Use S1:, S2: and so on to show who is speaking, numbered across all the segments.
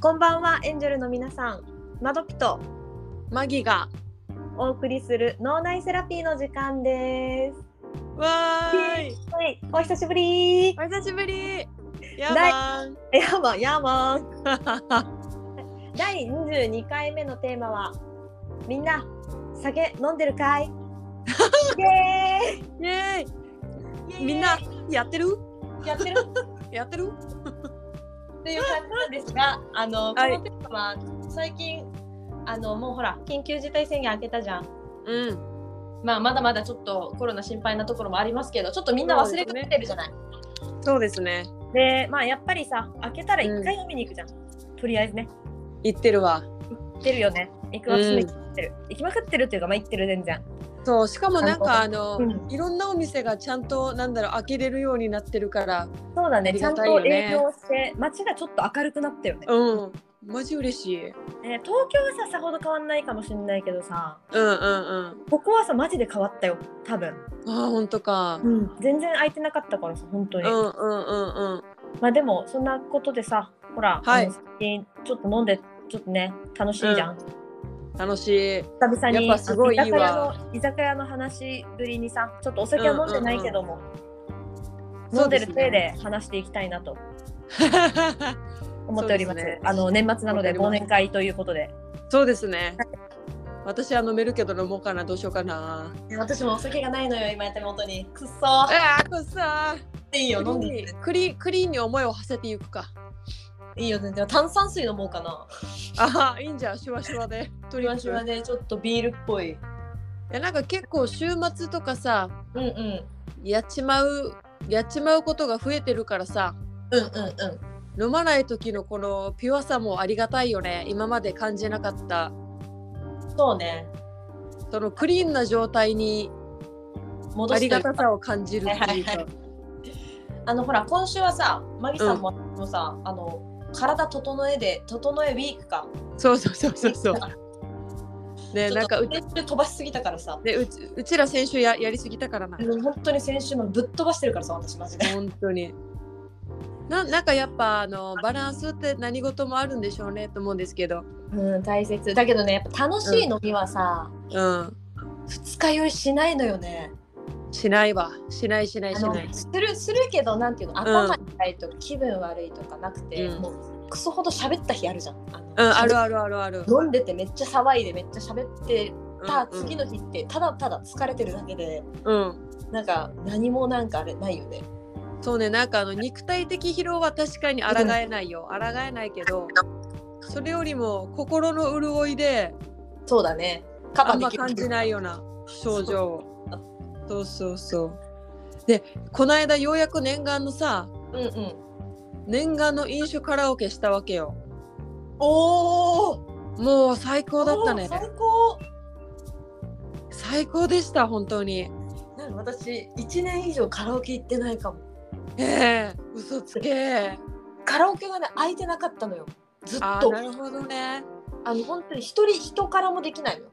S1: こんばんはエンジェルの皆さんマドピと
S2: マギが
S1: お送りする脳内セラピーの時間で
S2: わーい
S1: すはいお久しぶり
S2: お久しぶりやばーん
S1: ヤーマンヤーマン 第22回目のテーマはみんな酒飲んでるか いイエ
S2: イエ
S1: ー
S2: ー
S1: イ
S2: イみんなやってる
S1: やってる
S2: やってる
S1: っていう感じなんですが、 あの、
S2: はい
S1: このテーマは最近。あの、もうほら、緊急事態宣言明けたじゃん。
S2: うん
S1: まあ、まだまだちょっとコロナ心配なところもありますけど、ちょっとみんな忘れかけてるじゃない。
S2: そうですね
S1: でまあ、やっぱりさ、開けたら一回飲みに行くじゃん。とりあえずね、
S2: 言ってるわ
S1: 行ってるよね。行くわ、すぐ行ってる、行きまくってるっていうか、まあ、行ってる全然。
S2: そうしかもなんかあの、
S1: うん
S2: いろんなお店がちゃんとなんだろう開けれるようになってるから
S1: そうだ
S2: あ
S1: ね、
S2: り
S1: ちゃ
S2: が
S1: ん
S2: たいよ
S1: と
S2: ね
S1: 営業して、街がちょっと明るくなったよね。
S2: うんマジ嬉しい
S1: ね東京はさ、さほど変わんないかもしれないけどさ。
S2: うんうんうん
S1: ここはさ、マジで変わったよ、多分。
S2: あーほんとか
S1: うん、全然空いてなかったからさ、本当
S2: う
S1: に。
S2: んうんうんうん
S1: まあでもそんなことでさほら、
S2: はい
S1: あの最近ちょっと飲んでちょっとね楽しいじゃん、久
S2: 楽しい
S1: 々に
S2: やっぱすごいいいわ
S1: 居酒屋の居酒屋の話ぶりにさちょっとお酒は飲んでないけども、飲んでる
S2: そう
S1: 手
S2: で
S1: で話していきたいなと
S2: すね
S1: 思っております
S2: そうですね
S1: あの年末なので忘
S2: わかりま
S1: 年
S2: す
S1: 会ということで
S2: そうですね私は飲めるけど飲もうかなどうしようかな
S1: 私もお酒がないのよ今やって元にくっそ
S2: ああ、こっさ
S1: ーいい
S2: ー。クリーンクリーンに思いを馳せていくか。
S1: いいよ全然炭酸水飲もうかな
S2: ああ、いいんじゃん、シュワシュワで。トリップい
S1: でちょっとビールっぽい
S2: や、なんか結構週末とかさ、
S1: うんうん
S2: やっちまう、やっちまうことが増えてるからさ。
S1: うんうんうん
S2: 飲まない時のこのピュアさもありがたいよね。今まで感じなかった。
S1: そうね
S2: そのクリーンな状態に
S1: 戻
S2: あ
S1: とい
S2: り
S1: うか
S2: がたさを感じるっていう
S1: はい
S2: か
S1: は。あのほら今週はさマギさんも,、もさあの体整えで整えウィークか
S2: そうそうそうそうそう。ね、
S1: ちょ
S2: な
S1: っ
S2: んか
S1: と
S2: う
S1: 先週飛ばしすぎたからさ
S2: ねうちうちら先週ややりすぎたからな。
S1: もう本当に先週のぶっ飛ばしてるからさ私マジで
S2: 本当にななんかやっぱあのバランスって何事もあるんでしょうねと思うんですけど、
S1: うん大切だけどねやっぱ楽しいのにはさ、
S2: うん、
S1: 二日酔いしないのよね
S2: しないわしないしない
S1: あ
S2: し
S1: の
S2: ない
S1: するするけどなんていうの頭痛いとか気分悪いとかなくて、
S2: うん
S1: もうクソほど喋った日あるじゃんあの
S2: うんあるあるあるある、
S1: 飲んでてめっちゃ騒いでめっちゃ喋ってた
S2: うんうん
S1: 次の日ってただただ疲れてるだけで
S2: うん
S1: なんか何もなんかあれないよね
S2: そうねなんかあの肉体的疲労は確かに抗えないよ抗えないけどそれよりも心の潤いで
S1: そうだね。カバ
S2: あん
S1: で
S2: ま
S1: きる
S2: 感じないような症状をそうそうそうでこの間ようやく念願のさ
S1: うんうん。
S2: 念願の飲酒カラオケしたわけよ
S1: おお。
S2: もう最高だったね
S1: 最高。
S2: 最高でした本当に
S1: なんか私一年以上カラオケ行ってないかも。
S2: ええ嘘つけ
S1: カラオケがね空いてなかったのよ。ずっ
S2: あー
S1: と
S2: なるほどね
S1: あの本当に一人人からもできないのよ。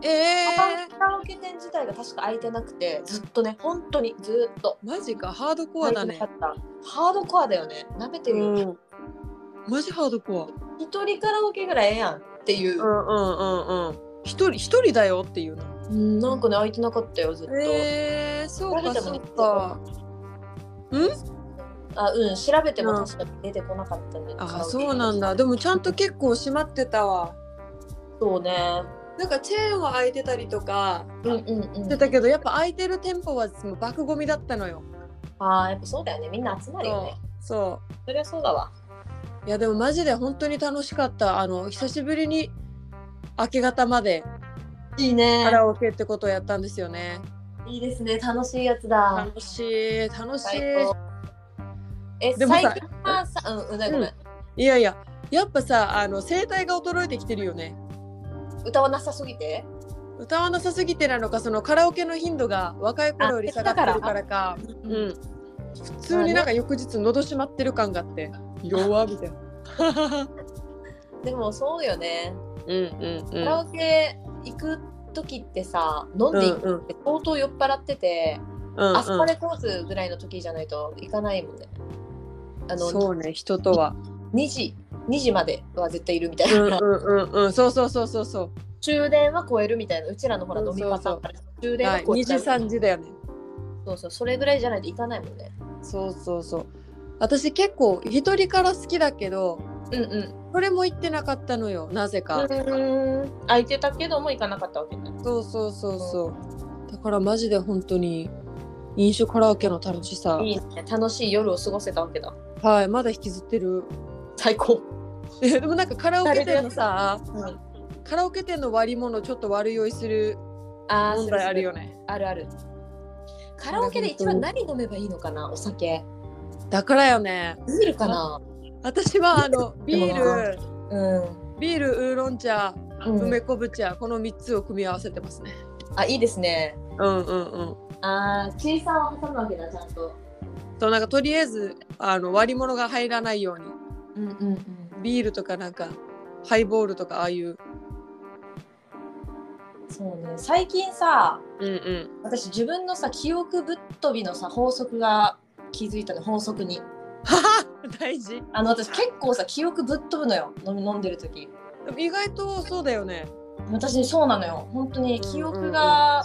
S2: え
S1: カ
S2: え
S1: ラオケ店自体が確か空いてなくてずっとね本当にずっと。
S2: マジかハードコアだね
S1: 空いてなかったハードコアだよね。なめてるよ。
S2: うんマジハードコ
S1: 一人カラオケぐらいええやんってい
S2: ア
S1: う。
S2: んうんうんうん一人一人だよっていうの
S1: うん、なんかね空いてなかったよずっと。
S2: ええそうかそうか
S1: あうん調べても確かに出てこなかったね。カラ
S2: あー
S1: オケ
S2: そうなんだでもちゃんと結構閉まってたわ
S1: そうね。
S2: なんかチェーンは開いてたりとか
S1: うんうんうん。
S2: してたけどやっぱ開いてる店舗はもう爆ゴミだったのよ
S1: ああ、やっぱそうだよね。みんな集まるよね。
S2: そうそう
S1: そりゃそうだわ。
S2: いやでもマジで本当に楽しかったあの久しぶりに明け方まで
S1: いいね
S2: カラオケってことをやったんですよね
S1: いいですね。楽しいやつだ。
S2: 楽しい楽しい
S1: 最高。え、
S2: でもさ
S1: 最近はさ、うん、うん、ごめんごめん。
S2: いやいややっぱさあの声帯が衰えてきてるよね
S1: 歌わなさすぎて。
S2: 歌わなさすぎてなのかそのカラオケの頻度が若い頃より下がってるからか
S1: う
S2: うん、普通になんか翌日のどしまってる感があって弱みたいな
S1: でもそうよね。
S2: うんうんう
S1: カ
S2: ん
S1: ラオケ行く時ってさ、飲んでいくって相当酔っ払ってて、
S2: うん
S1: アス
S2: う
S1: パ
S2: ん
S1: レコースぐらいの時じゃないと行かないもんね。あの、
S2: そうね人とは
S1: 2時2時までは絶対いるみたい
S2: うん
S1: な、
S2: うんうんうんそうそうそうそうそう
S1: 終電は超えるみたいなうちらのほら
S2: うん
S1: 飲みパターンから終電は
S2: はい
S1: 超え
S2: 2
S1: ち
S2: 時
S1: ゃう
S2: 3時だよね
S1: そうそうそれぐらいじゃないと行かないもんね
S2: そうそうそう私結構一人から好きだけど
S1: うんうん
S2: それも行ってなかったのよなぜ
S1: う
S2: か、
S1: ん空いてたけども行かなかったわけね
S2: そうそうそうそうだからマジで本当に飲酒カラオケの楽しさ
S1: いいね楽しい夜を過ごせたわけだ
S2: はいまだ引きずってる
S1: 最高、
S2: でもなんかカラオケ店のさ
S1: うん、
S2: カラオケ店の割り物ちょっと悪酔いする
S1: あー
S2: 問題あるよね
S1: あるあるカラオケで一番何飲めばいいのかなお酒
S2: だからよね
S1: ビールかな
S2: 私はあのビ
S1: でもな
S2: ール
S1: うん、
S2: ビールウーロン茶
S1: うん
S2: 梅昆布茶この3つを組み合わせてますね
S1: あいいですね
S2: うんうんうん
S1: あー小さを挟むわけだちゃんと
S2: そうなんかとりあえずあの割り物が入らないように
S1: うんうんうん
S2: ビールとかなんかハイボールとかああいう
S1: そうね最近さ
S2: うんうん
S1: 私自分のさ記憶ぶっ飛びのさ法則が気づいたの法則に
S2: はは大事
S1: あの私結構さ記憶ぶっ飛ぶのよ飲み飲んでる時
S2: でも意外とそうだよね
S1: 私そうなのよ本当に記憶が、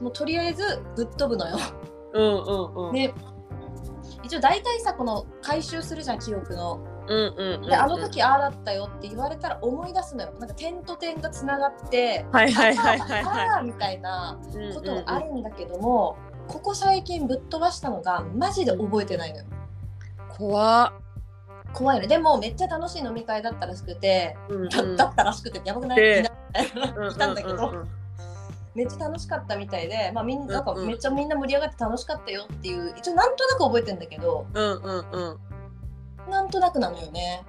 S1: もうとりあえずぶっ飛ぶのよ
S2: うんうんうん、
S1: で一応大体さこの回収するじゃん記憶の
S2: うんうんうんうん
S1: であの時ああだったよって言われたら思い出すのよなんか点と点がつながって
S2: はいは
S1: あ
S2: い はいはいは
S1: あみたいない
S2: うんうん
S1: こと
S2: うん
S1: あるんだけども、ここ最近ぶっ飛ばしたのがマジで覚えてないのよ
S2: 怖っ
S1: 怖いのでもめっちゃ楽しい飲み会だったらしくて
S2: うんうん
S1: だだったらしくてやばくない、
S2: で
S1: いたんだけど、
S2: うんうんうん
S1: めっちゃ楽しかったみたいで、まあ、みんななんか
S2: うんうん
S1: めっちゃみんな盛り上がって楽しかったよっていう一応なんとなく覚えてんだけど
S2: うんうんうん
S1: なんとなくなのよね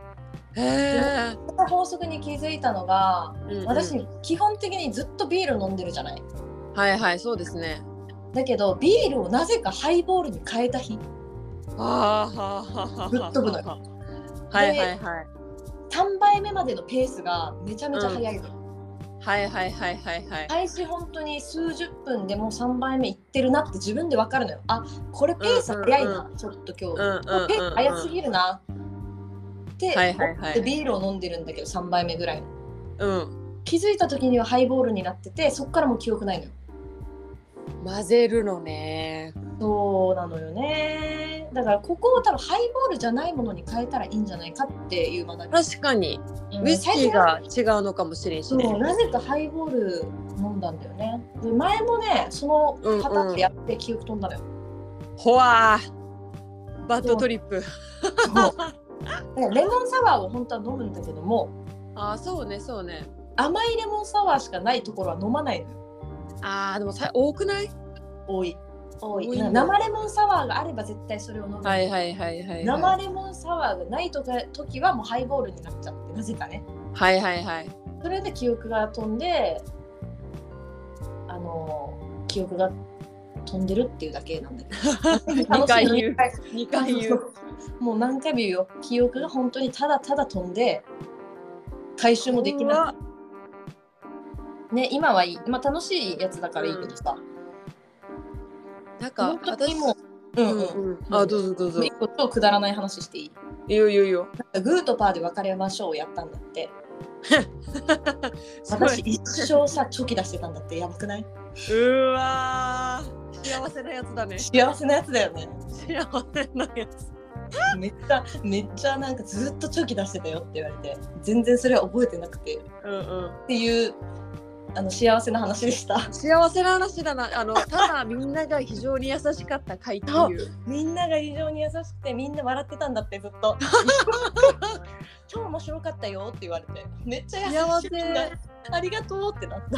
S2: へえ、
S1: この法則に気づいたのが
S2: うんうん
S1: 私基本的にずっとビール飲んでるじゃない
S2: はいはいそうですね
S1: だけどビールをなぜかハイボールに変えた日
S2: はあはあはあはあ
S1: ぶっ飛ぶのよ
S2: はいはいはい
S1: 3杯目までのペースがめちゃめちゃ早いの、
S2: はいはいはいはいはい
S1: 開始本当に数十分でもう3杯目いってるなって自分で分かるのよあこれペース早いな、
S2: う
S1: ちょっと今
S2: う
S1: 日、
S2: んうん
S1: ペー
S2: う
S1: ス
S2: ん
S1: 早すぎるなって、
S2: はいはいはい
S1: 思ってビールを飲んでるんだけど3杯目ぐらいの
S2: うん
S1: 気づいた時にはハイボールになっててそっからもう記憶ないのよ
S2: 混ぜるのね
S1: そうなのよねだからここを多分ハイボールじゃないものに変えたらいいんじゃないかっていう学び
S2: 確かにウイスキーが違うのかもしれんし
S1: そ
S2: ね
S1: うなぜかハイボール飲んだんだよねで前もねその
S2: うんうん
S1: パターンでやって記憶飛ん だのよ、
S2: ほわーバッドトリップ
S1: そうだからレモンサワーを本当は飲むんだけども
S2: あーそうねそうね
S1: 甘いレモンサワーしかないところは飲まないのよ
S2: あーでもさ多くない
S1: 多い多い
S2: 多いんだ
S1: 生レモンサワーがあれば絶対それを飲む、
S2: はいはいはいはいはい
S1: 生レモンサワーがないとか時はもうハイボールになっちゃってなぜかね
S2: はいはいはい
S1: それで記憶が飛んであのー記憶が飛んでるっていうだけなんだけど
S2: 二回言う
S1: 2
S2: 回言う
S1: もう何回も言うよ記憶が本当にただただ飛んで回収もできなくね今はいい、まあ、楽しいやつだからいいけどさ、
S2: なんか
S1: 本当に
S2: 私
S1: も
S2: も
S1: う
S2: うんん
S1: う
S2: うんんあどうぞどうぞ
S1: 一個超くだらない話していい
S2: いいよいいよいいよ
S1: グーとパーで別れましょうをやったんだって
S2: すご
S1: 私
S2: い
S1: 一生さチョキ出してたんだってやばくないう
S2: ーわー幸せなやつだね
S1: 幸せなやつだよね
S2: 幸せなやつ
S1: めっちゃめっちゃなんかずっとチョキ出してたよって言われて全然それは覚えてなくてっ
S2: うんうん
S1: ていうあの幸せな話でした
S2: 幸せな話だなあのただみんなが非常に優しかった回っていう
S1: みんなが非常に優しくてみんな笑ってたんだってずっ と超面白かったよって言われてめっちゃ
S2: 幸
S1: 優
S2: せ
S1: しいありがとうってなった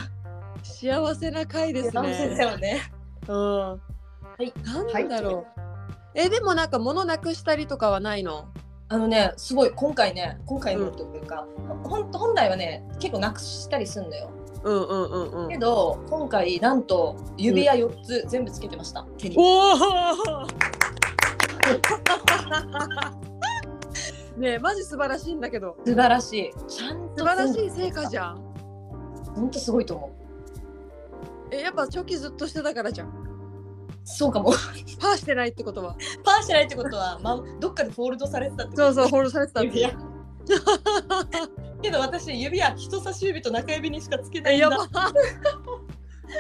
S2: 幸せな回です
S1: 幸せだ
S2: ね
S1: よね
S2: うんなんだろうえでもなんか物なくしたりとかはないの
S1: あのねすごい今回ね今回のというか、ほんと本来はね結構なくしたりすんのよ
S2: うんうんうんう
S1: け
S2: ん
S1: ど今回なんと指輪4つ全部つけてました、手に
S2: おおねえマジ素晴らしいんだけど
S1: 素晴らしいちゃんと
S2: 素晴らしい成果じゃん
S1: ほんとすごいと思う
S2: えやっぱチョキずっとしてたからじゃん
S1: そうかも
S2: パーしてないってことは
S1: パーしてないってことは、ま、どっかでフォールドされてたってこ
S2: そ
S1: と
S2: うそうホールされてたって
S1: 指輪 けど私指は人差し指と中指にしかつけない
S2: え
S1: ん
S2: や
S1: だ
S2: ば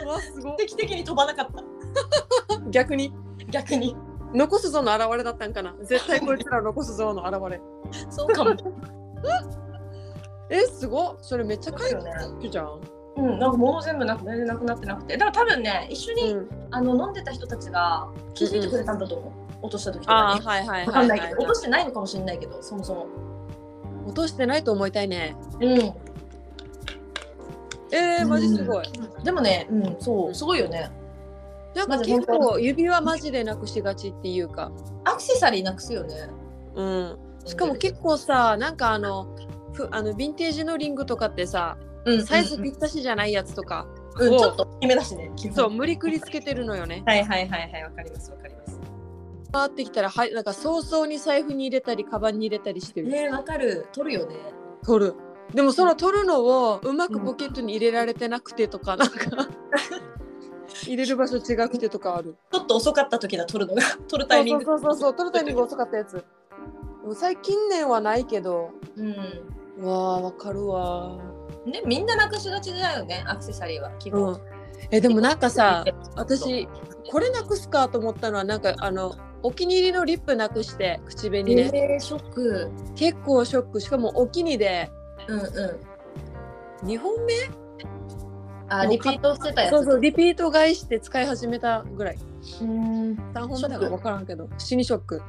S2: うわすごい
S1: 奇跡的に飛ばなかった
S2: 逆に
S1: 逆に
S2: 残すぞの現れだったんかな絶対こいつら残すぞの現
S1: そうかも
S2: れえすごっそれめっちゃ解決じゃん、
S1: うんなんか物全部なく全然なくなってなくてだから多分ね一緒に、
S2: うん、
S1: あの飲んでた人たちが気づいてくれたんだと思う、落とした時とか
S2: あ
S1: ね
S2: あはいはい
S1: わか
S2: は
S1: ん
S2: い,、
S1: な
S2: はい
S1: け
S2: い
S1: ど落としてないのかもしれないけどそもそも
S2: 落としてないと思いたいね
S1: うん
S2: えー、マジすごい、
S1: でもねうんそうすごいよね
S2: なん
S1: ま
S2: か
S1: ず
S2: 結構指輪マジでなくしがちっていうか
S1: アクセサリーなくすよね
S2: うんしかも結構さなんかあのふあのヴィンテージのリングとかってさ
S1: 構
S2: サイズぴったしじゃないやつとか、
S1: うん、
S2: を
S1: ちょっと大きめだしね基本
S2: そう無理くりつけてるのよね
S1: はいはいはいはいわかりますわかります
S2: 回ってきたらはいなんか早々に財布に入れたりカバンに入れたりしてる
S1: ねわかる取るよね
S2: 取るでもその取るのをうまくポケットに入れられてなくてとか、なんか入れる場所違くてとかある
S1: ちょっと遅かった時だ取るのが 取るタ
S2: そ
S1: イ
S2: う
S1: ミング
S2: そうそうそう取るタイミング遅かったやつでも最近年はないけど
S1: うん
S2: うわーわかるわ
S1: ねみんななくしがちだよねアクセサリーは基
S2: ーう
S1: 本、
S2: んえでもなんかさ私これなくすかと思ったのはなんかあのお気に入りのリップなくして口紅ね、
S1: えー、ショック
S2: 結構ショックしかもお気にで
S1: うんう
S2: 2本目
S1: んあリピートしてたやつ
S2: そうそうリピート買いして使い始めたぐらいう
S1: ーん
S2: 3本目だ
S1: ショ
S2: か
S1: ック
S2: 分からんけど死にショック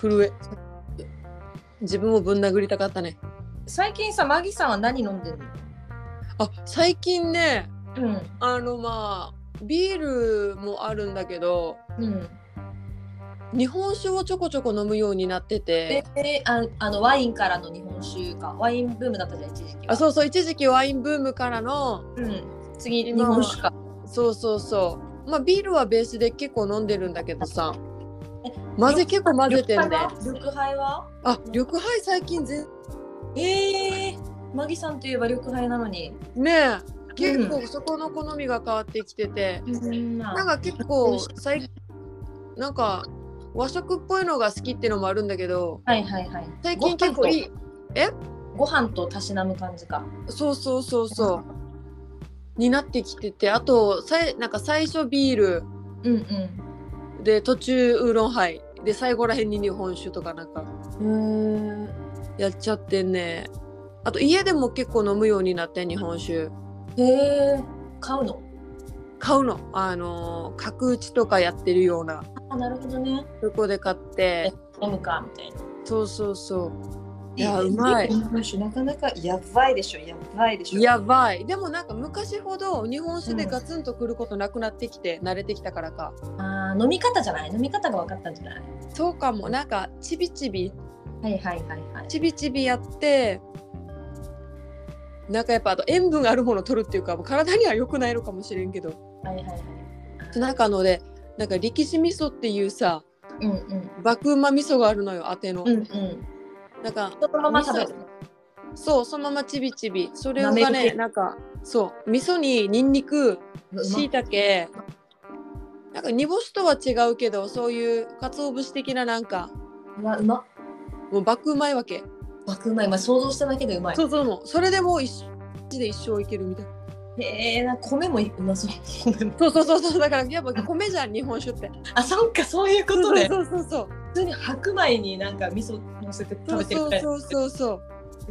S2: 震え自分をぶん殴りたかったね
S1: 最近さマギさんは何飲んでるの
S2: あ最近ね
S1: うん
S2: あのまあビールもあるんだけど
S1: うん
S2: 日本酒をちょこちょこ飲むようになって
S1: え
S2: て
S1: ー、ああのワインからの日本酒かワインブームだったじゃん一時期は
S2: あそうそう一時期ワインブームからの
S1: うん次日
S2: 今
S1: 本酒か
S2: そうそうそう。まあビールはベースで結構飲んでるんだけどさ
S1: え。
S2: 混ぜ結構混ぜてんね。
S1: 緑杯は
S2: あ、緑杯最近全
S1: ええー、マギさんといえば緑杯なのに
S2: ねえ結構そこの好みが変わってきてて、
S1: うんな
S2: なんか結構最なんか和食っぽいのが好きってのもあるんだけど、
S1: はいはいはい
S2: 最近結構いい。
S1: ご飯とたしなむ感じか
S2: そうそうそうそう。になってきてて、あとさいなんか最初ビール
S1: うん
S2: で途中ウーロンハイで最後らへんに日本酒とかなんか。
S1: うんへ
S2: やっちゃってんねあと家でも結構飲むようになって日本酒
S1: えへえ買うの
S2: 買うのあのー角打ちとかやってるような
S1: あなるほどね
S2: そこで買って
S1: 飲むかみたいな
S2: そうそうそういやうまい
S1: 日本酒なかなかやばいでしょやばいでしょ
S2: やばいでもなんか昔ほど日本酒でガツンとくることなくなってきて、慣れてきたからか
S1: あー飲み方じゃない飲み方が分かったんじゃない
S2: そうかもなんかちびちび
S1: はいはいはいはい
S2: ちびちびやってなんかやっぱあと塩分あるもの取るっていうかもう体には良くないのかもしれんけど
S1: はいはいはい
S2: なんかあのでなんか力士味噌っていうさ
S1: うんうん
S2: 爆うま味噌があるのよあての、
S1: うんうん
S2: なんか
S1: そのまま食べる
S2: そうそのままちびちびそれを
S1: 舐める
S2: ね
S1: 系
S2: なんかそう味噌にニンニク
S1: うま
S2: しいたけなんか煮干しとは違うけどそういう鰹節的ななんか
S1: うわうま
S2: もう爆うまいわけ
S1: 爆うまい今想像しただけでうまい
S2: そうそうもうそれでもう一日で一生いけるみたいな
S1: へえな米もうまそう 米も
S2: そうそうそうそうだからやっぱ米じゃん日本酒って
S1: あそっかそういうことね
S2: そうそうそう
S1: 普通に白米になんか味噌乗せて
S2: そ
S1: 食
S2: う
S1: べてるみ
S2: そう
S1: たいな
S2: そうそうそう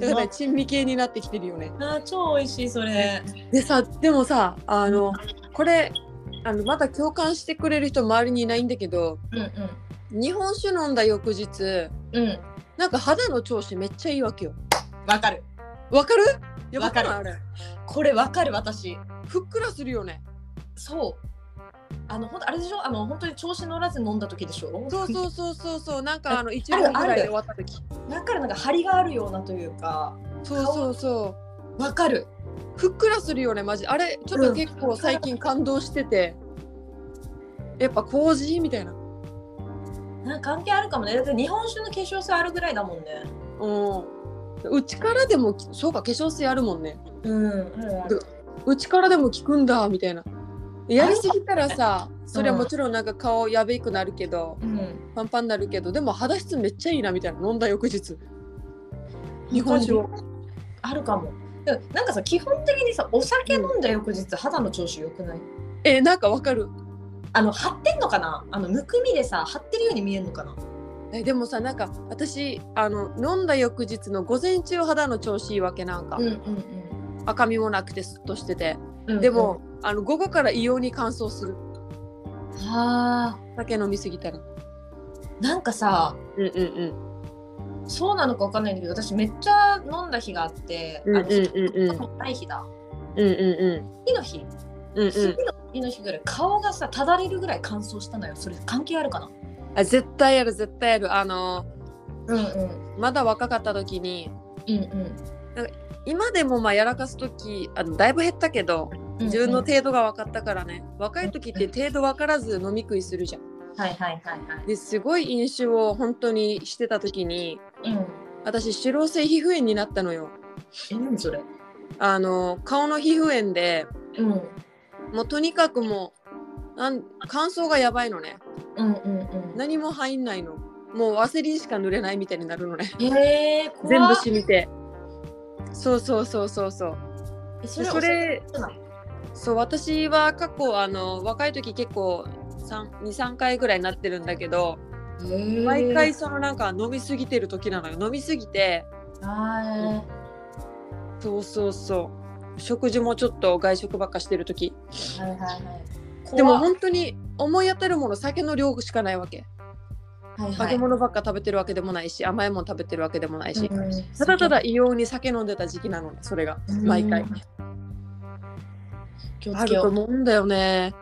S2: だからね珍味系になってきてるよね
S1: あー超美味しいそれ。
S2: でさでもさあのこれあのまだ共感してくれる人周りにいないんだけど
S1: うん
S2: 日本酒飲んだ翌日
S1: うんうん。
S2: なんか肌の調子めっちゃいいわけよ
S1: わかる。
S2: わかるやばくない
S1: わ
S2: あれ
S1: これわかる私。
S2: ふっくらするよね
S1: そう。あの本当あれでしょ。あの本当に調子乗らず飲んだ時でしょ。
S2: そう
S1: う。
S2: そうそうそうそうなんかあの一本ぐらいで終わった時
S1: だから なんか張りがあるようなというか。
S2: そうそうそ
S1: わかる。
S2: うふっくらするよねマジあれちょっと結構最近感動しててやっぱ麹みたいな
S1: なんか関係あるかもね。だって日本酒の化粧水あるぐらいだもんね。
S2: うんうちからでもそうか化粧水あるもんね
S1: うん。あるある。
S2: うちからでも効くんだみたいなやりすぎたらさそれはもちろんなんか顔やべくなるけど、
S1: うん。
S2: パンパンになるけどでも肌質めっちゃいいなみたいな飲んだ翌日日本酒を。
S1: あるかも。でもなんかさ、基本的にさ、お酒飲んだ翌日、肌の調子良くない
S2: え、なんかわかる。
S1: あの、張ってんのかなあの、むくみでさ、張ってるように見えるのかな
S2: えでもさなんか私あの飲んだ翌日の午前中肌の調子いいわけなんか、
S1: うんうん
S2: 赤みもなくてスッとしてて、
S1: うん。
S2: でも、あの午後から異様に乾燥する
S1: うんうん、あ
S2: 酒飲みすぎたら
S1: ーなんかさ、
S2: うんうんうん
S1: そうなのかわかんないんだけど、私めっちゃ飲んだ日があって、あ
S2: うんう
S1: の
S2: んうんうん
S1: ない日だ。
S2: うんうん
S1: 次の日、
S2: うんう
S1: 次の
S2: ん
S1: 日の日ぐらい、顔がさ、ただれるぐらい乾燥したのよ。それ関係あるかな
S2: あ絶対やる絶対やるあの
S1: うんうん。
S2: まだ若かった時に
S1: うんうん。
S2: 今でもまあやらかす時あのだいぶ減ったけど自分の程度が分かったからね若い時って程度分からず飲み食いするじゃん
S1: はいはいはいはい。
S2: ですごい飲酒を本当にしてた時に
S1: うん。
S2: 私脂漏性皮膚炎になったのよ
S1: え、何それ
S2: あの顔の皮膚炎で
S1: うん。うん
S2: もうとにかくもうなん乾燥がやばいのね
S1: うんうん。
S2: 何も入んないのもうワセリンしか塗れないみたいになるのね
S1: えー、怖
S2: 全
S1: っ
S2: 部染みてそうそうそうそうそう
S1: えそ
S2: で
S1: れ
S2: それ
S1: お酒なの
S2: そう私は過去あの若い時結構23回ぐらいなってるんだけど毎回そのなんか飲みすぎてる時なのよ飲みすぎて
S1: あ
S2: そうそうそう食事もちょっと外食ばっかしてる時
S1: ーはいはいはい
S2: でも
S1: 怖っ
S2: 本当に思い当たるもの酒の量しかないわけ
S1: はい
S2: 化
S1: は
S2: け
S1: い
S2: 物ばっか食べてるわけでもないし甘いもの食べてるわけでもないし、
S1: うん
S2: ただただ異様に酒飲んでた時期なのねそれが毎回
S1: うん気を
S2: あ
S1: つけ
S2: ると
S1: よ
S2: 思うんだよね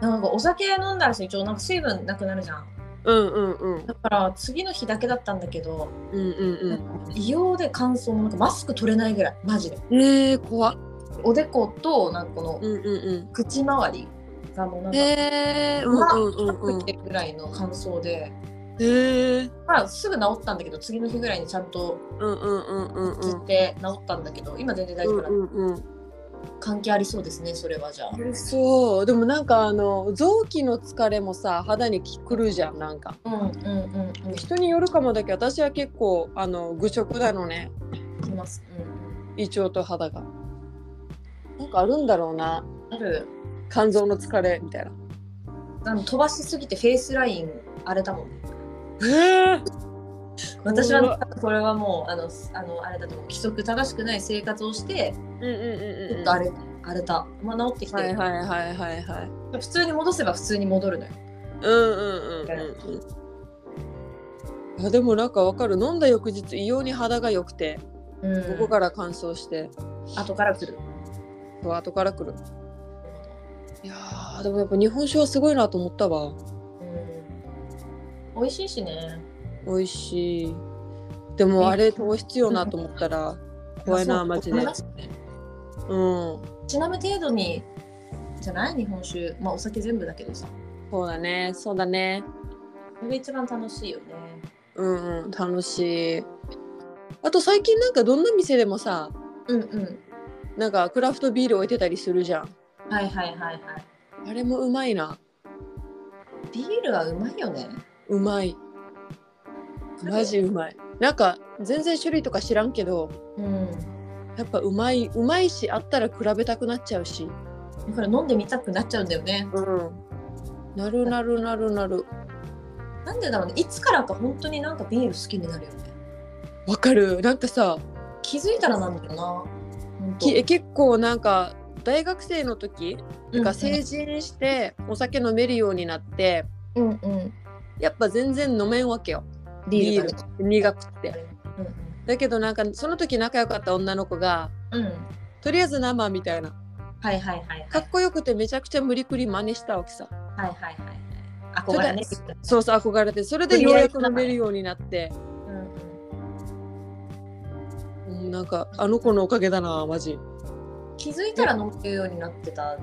S1: うなんかお酒飲んだらさ一応なんか水分なくなるじゃん
S2: うんうんうん
S1: だから次の日だけだったんだけど
S2: うんうん
S1: 異様で乾燥なんかマスク取れないぐらいマジで
S2: うんえー、怖っ
S1: おでことなんかこの
S2: うんうんう
S1: 口周りがもうなん
S2: ん
S1: か
S2: えー、うんうんうんうん
S1: 吹いてるぐらいの乾燥で、
S2: えー、
S1: まあ、すぐ治ったんだけど次の日ぐらいにちゃんと
S2: うんうんうんうんうん
S1: 切って治ったんだけど、今全然大丈
S2: う
S1: 夫
S2: ん
S1: だ、
S2: うんうん
S1: 関係ありそうですねそれはじゃあ。
S2: そうでもなんかあの臓器の疲れもさ肌にきくるじゃんなんか
S1: うんうんうんうん。
S2: 人によるかもだけど私は結構あの愚直なのね
S1: きます。うん
S2: 胃腸と肌がなんかあるんだろうな
S1: ある
S2: 肝臓の疲れみたいな
S1: あの飛ばしすぎてフェイスラインあれだもんね。
S2: へえ
S1: 私はこれはもうあのすあのあれだと思う規則正しくない生活をして
S2: う
S1: ち
S2: んうんう
S1: ょ
S2: んう
S1: っ
S2: ん
S1: と荒れ荒れたまあ治ってきて
S2: はい
S1: る、
S2: はいはいはいはい
S1: 普通に戻せば普通に戻るのよ。
S2: うんうんうんうんうんあでもなんかわかる飲んだ翌日異様に肌が良くて
S1: うん
S2: ここから乾燥して
S1: 後から来る。
S2: そう後から来るいやーでもやっぱ日本酒はすごいなと思ったわ
S1: うん美味しいしね。
S2: 美味しいでもあれ糖質よなと思ったら怖いなマジで
S1: まあそう
S2: うん
S1: ちなみ程度にじゃない日本酒まあお酒全部だけどさ
S2: そうだねそうだね
S1: それが一番楽しいよね。
S2: うんうん楽しいあと最近なんかどんな店でもさ
S1: うんうん。
S2: なんかクラフトビール置いてたりするじゃん
S1: はいはいはいはい。
S2: あれもうまいな
S1: ビールはうまいよね。
S2: うまいマジうまいなんか全然種類とか知らんけど
S1: うん。
S2: やっぱうまいうまいしあったら比べたくなっちゃうし
S1: だから飲んでみたくなっちゃうんだよね。
S2: うんなるなるなるなる
S1: なんでだろうね。いつからか本当になんかビール好きになるよね。
S2: わかるなんかさ
S1: 気づいたらなんだろうな。本当
S2: きえ結構なんか大学生の時
S1: うん
S2: が成人してお酒飲めるようになって
S1: うんうん。
S2: やっぱ全然飲めんわけよ
S1: ビール
S2: ビ
S1: がね。
S2: ール苦くって
S1: うん
S2: だけどなんかその時仲良かった女の子が
S1: うん。うん。
S2: とりあえず生みたいな
S1: はいはいはい
S2: かっこよくてめちゃくちゃ無理くり真似したわけさ
S1: はいはいはいはい。憧れね。
S2: そうそう憧れてそれでようやく飲めるようになって、
S1: うんうん。
S2: うん、なんかあの子のおかげだなマジ
S1: 気づいたら飲めるようになってた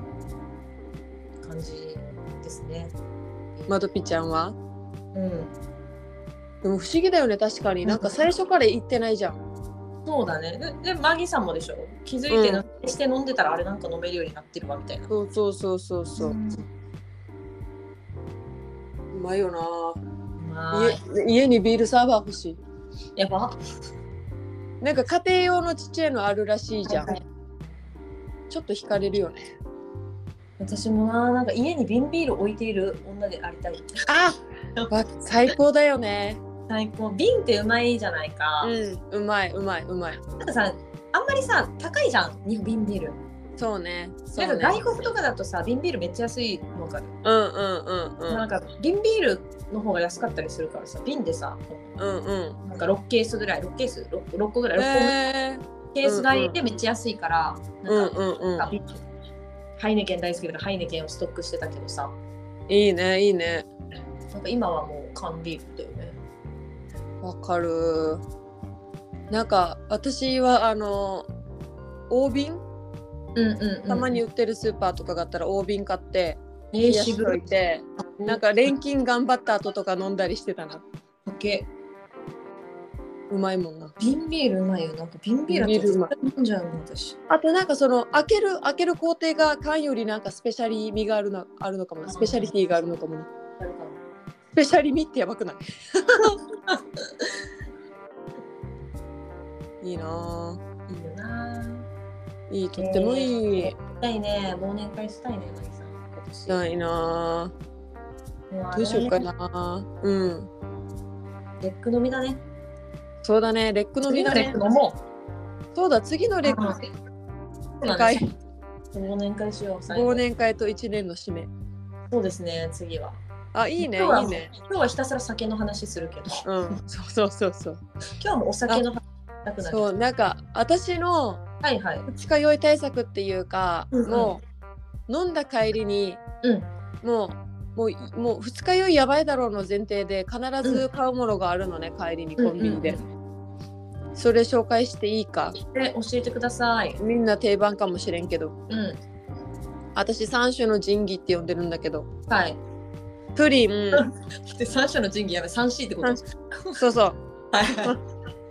S1: 感じですね。
S2: まどぴちゃんは
S1: うん。
S2: でも不思議だよね確かになんか最初から言ってないじゃん
S1: そうだね。で、でマギさんもでしょ。気づいてな、して飲んでたらあれなんか飲めるようになってるわみたいな。
S2: そうそうそうそうそう、うまいよな
S1: まあ、
S2: 家家にビールサーバー欲しい
S1: やば。
S2: なんか家庭用のちっちゃいのあるらしいじゃん、
S1: はいはい
S2: ちょっと惹かれるよね
S1: 私もななんか家に瓶ビール置いている女でありたい
S2: あ わ最高だよね
S1: 最高瓶ってうまいじゃないか、
S2: うんうまいうまいうまい
S1: なんかさあんまりさ高いじゃん日本瓶ビール、
S2: そうねそう
S1: なん
S2: ね
S1: か外国とかだとさ瓶ビールめっちゃ安いのか
S2: うんうんうんう
S1: なん
S2: ん
S1: か瓶ビールの方が安かったりするからさ瓶でさ
S2: うんうん
S1: なんか6ケースぐらい6ケース 6, 個ぐらい6個ぐらい
S2: え
S1: ケース買いでめっちゃ安いから、
S2: ー、うん
S1: なんか、
S2: うんうん
S1: なんかハイネケン大好きだからハイネケンをストックしてたけどさ
S2: いいねいいね
S1: なんか今はもう缶ビールだよね
S2: わかるなんか私はあの大瓶
S1: うんうん、
S2: たまに売ってるスーパーとかがあったら大瓶買って
S1: え
S2: 冷
S1: ー、
S2: やしと
S1: 渋
S2: い
S1: い
S2: てなんか錬金頑張った後とか飲んだりしてたな
S1: 酒
S2: うまいもんな
S1: 瓶ビールうまいよなんか瓶ビール
S2: 瓶ビールうまい
S1: 絶対飲んじゃうもん私
S2: あとなんかその開ける開ける工程が缶よりなんかスペシャリ味があるのあるのかもなスペシャリティがあるのかもなスペシャリ味ってやばくない いいなぁ
S1: いいよな。
S2: いいとってもいい、
S1: したいね。忘年会したいね、マリさん。今年
S2: ないなぁ
S1: もあ
S2: ど
S1: れだ
S2: う
S1: ね
S2: しようかなぁうん
S1: レック飲みだね。
S2: そうだねレック飲みだ
S1: レッ
S2: ね
S1: ク飲も
S2: そうだ次の
S1: う。
S2: レック
S1: そうなん
S2: 会
S1: です忘年会しよう。最後
S2: 忘年会と一年の締め
S1: そうですね、次は。
S2: あいいね
S1: 今日はい
S2: いね
S1: 今日はひたすら酒の話するけど、
S2: うんそうそうそうそう
S1: 今日もお酒の話したくなる。
S2: そうなんか私の
S1: はいはい。
S2: 二日酔い対策っていうか、
S1: うんうん
S2: もう飲んだ帰りに
S1: うん。
S2: もうもうもう二日酔いやばいだろうの前提で必ず買うものがあるのね、帰りにコンビニで、
S1: うん
S2: それ紹介していいか
S1: で、教えてください。
S2: みんな定番かもしれんけど
S1: うん。
S2: 私三種の神器って呼んでるんだけど
S1: はい。
S2: プリン
S1: で、三種の神器やめ、三 C ってことと
S2: 三。そうそう
S1: はいは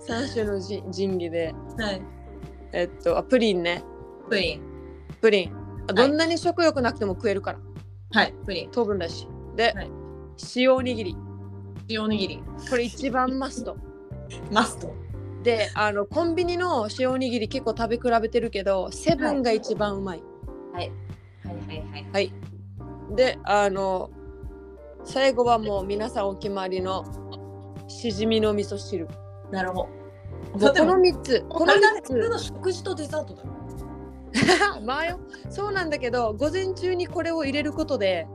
S2: 三種のじ神器で
S1: い。はい。
S2: えっとあプリンね
S1: プリン。
S2: プリンあどんなに食欲なくても食えるから
S1: はい。プリン。
S2: 糖分だしで、
S1: はい
S2: 塩おにぎり
S1: 塩おにぎり。
S2: これ一番マスト
S1: マスト。
S2: であのコンビニの塩おにぎり結構食べ比べてるけどセブンが一番うまい、
S1: はいはいはい。
S2: であの最後はもう皆さんお決まりのしじみの味噌汁も
S1: なるほ
S2: う
S1: ど。
S2: この3つこ
S1: こ
S2: の
S1: の
S2: 3
S1: 普通
S2: つ
S1: の食事とデザートだろ。
S2: まあよそうなんだけど午前中にこれを入れることで